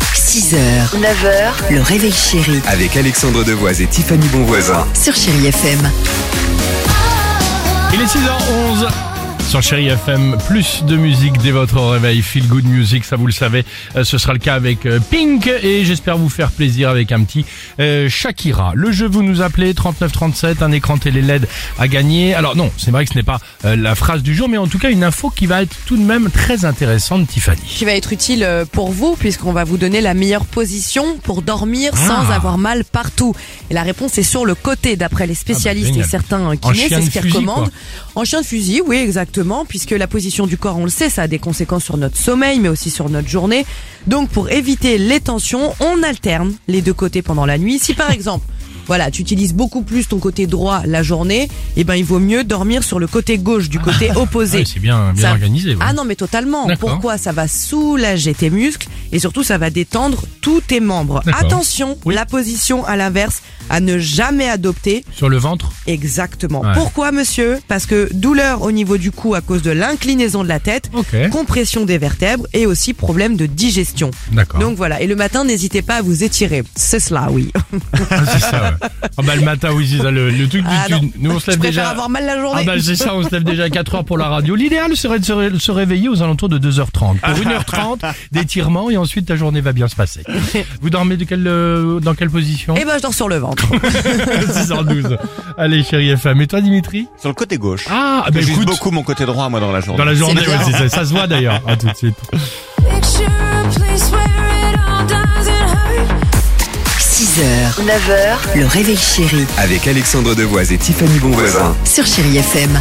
6h, 9h, le réveil chéri Avec Alexandre Devoise et Tiffany Bonvoisin. sur Chéri FM. Il est 6h11 sur Chéri FM, plus de musique dès votre réveil, feel good music, ça vous le savez, Euh, ce sera le cas avec euh, Pink et j'espère vous faire plaisir avec un petit euh, Shakira. Le jeu vous nous appelez 3937, un écran télé LED à gagner. Alors non, c'est vrai que ce n'est pas euh, la phrase du jour, mais en tout cas une info qui va être tout de même très intéressante, Tiffany. qui va être utile euh, pour vous puisqu'on va vous donner la meilleure position pour dormir sans Ah. avoir mal partout. Et la réponse est sur le côté d'après les spécialistes Ah bah, et génial. certains euh, En kinés, chien c'est ce de qu'ils fusil, recommandent. En chien de fusil, oui exactement, puisque la position du corps, on le sait, ça a des conséquences sur notre sommeil mais aussi sur notre journée. Donc pour éviter les tensions, on alterne les deux côtés pendant la nuit. Si par exemple voilà, tu utilises beaucoup plus ton côté droit la journée, eh ben il vaut mieux dormir sur le côté gauche du Ah côté opposé. Ouais, c'est bien, bien Ça- organisé. ouais. Ah non, mais totalement. D'accord. Pourquoi Ça va soulager tes muscles et surtout ça va détendre tous tes membres. D'accord. Attention, Oui. la position à l'inverse à ne jamais adopter. Sur le ventre Exactement. Ouais. Pourquoi, monsieur Parce que douleur au niveau du cou à cause de l'inclinaison de la tête, Ok, compression des vertèbres et aussi problème de digestion. d'accord. Donc voilà. Et le matin, n'hésitez pas à vous étirer. C'est cela, oui. Ah, c'est ça, ouais. Ah bah le matin, oui, c'est ça, le, le truc du Ah non. tu- Nous, on se Je lève préfère déjà... avoir mal la journée. Ah bah c'est ça, on se lève déjà à 4 heures pour la radio. L'idéal serait de se, ré- se réveiller aux alentours de 2h30. Pour 1h30 d'étirement et ensuite ta journée va bien se passer. Vous dormez de quelle, euh, dans quelle position Eh ben, je dors sur le ventre. Eh ben, 6h12. Allez chérie FM. Et toi Dimitri Sur le côté gauche. Ah bah J'utilise écoute, beaucoup mon côté droit, moi, dans la journée. dans la journée, bien. ouais, c'est ça, ça se voit d'ailleurs. À tout de suite. Picture a place where it all doesn't hurt. 6h, 9h, le réveil chéri Avec Alexandre Devoise et Tiffany Bonvoisin. sur Chéri FM.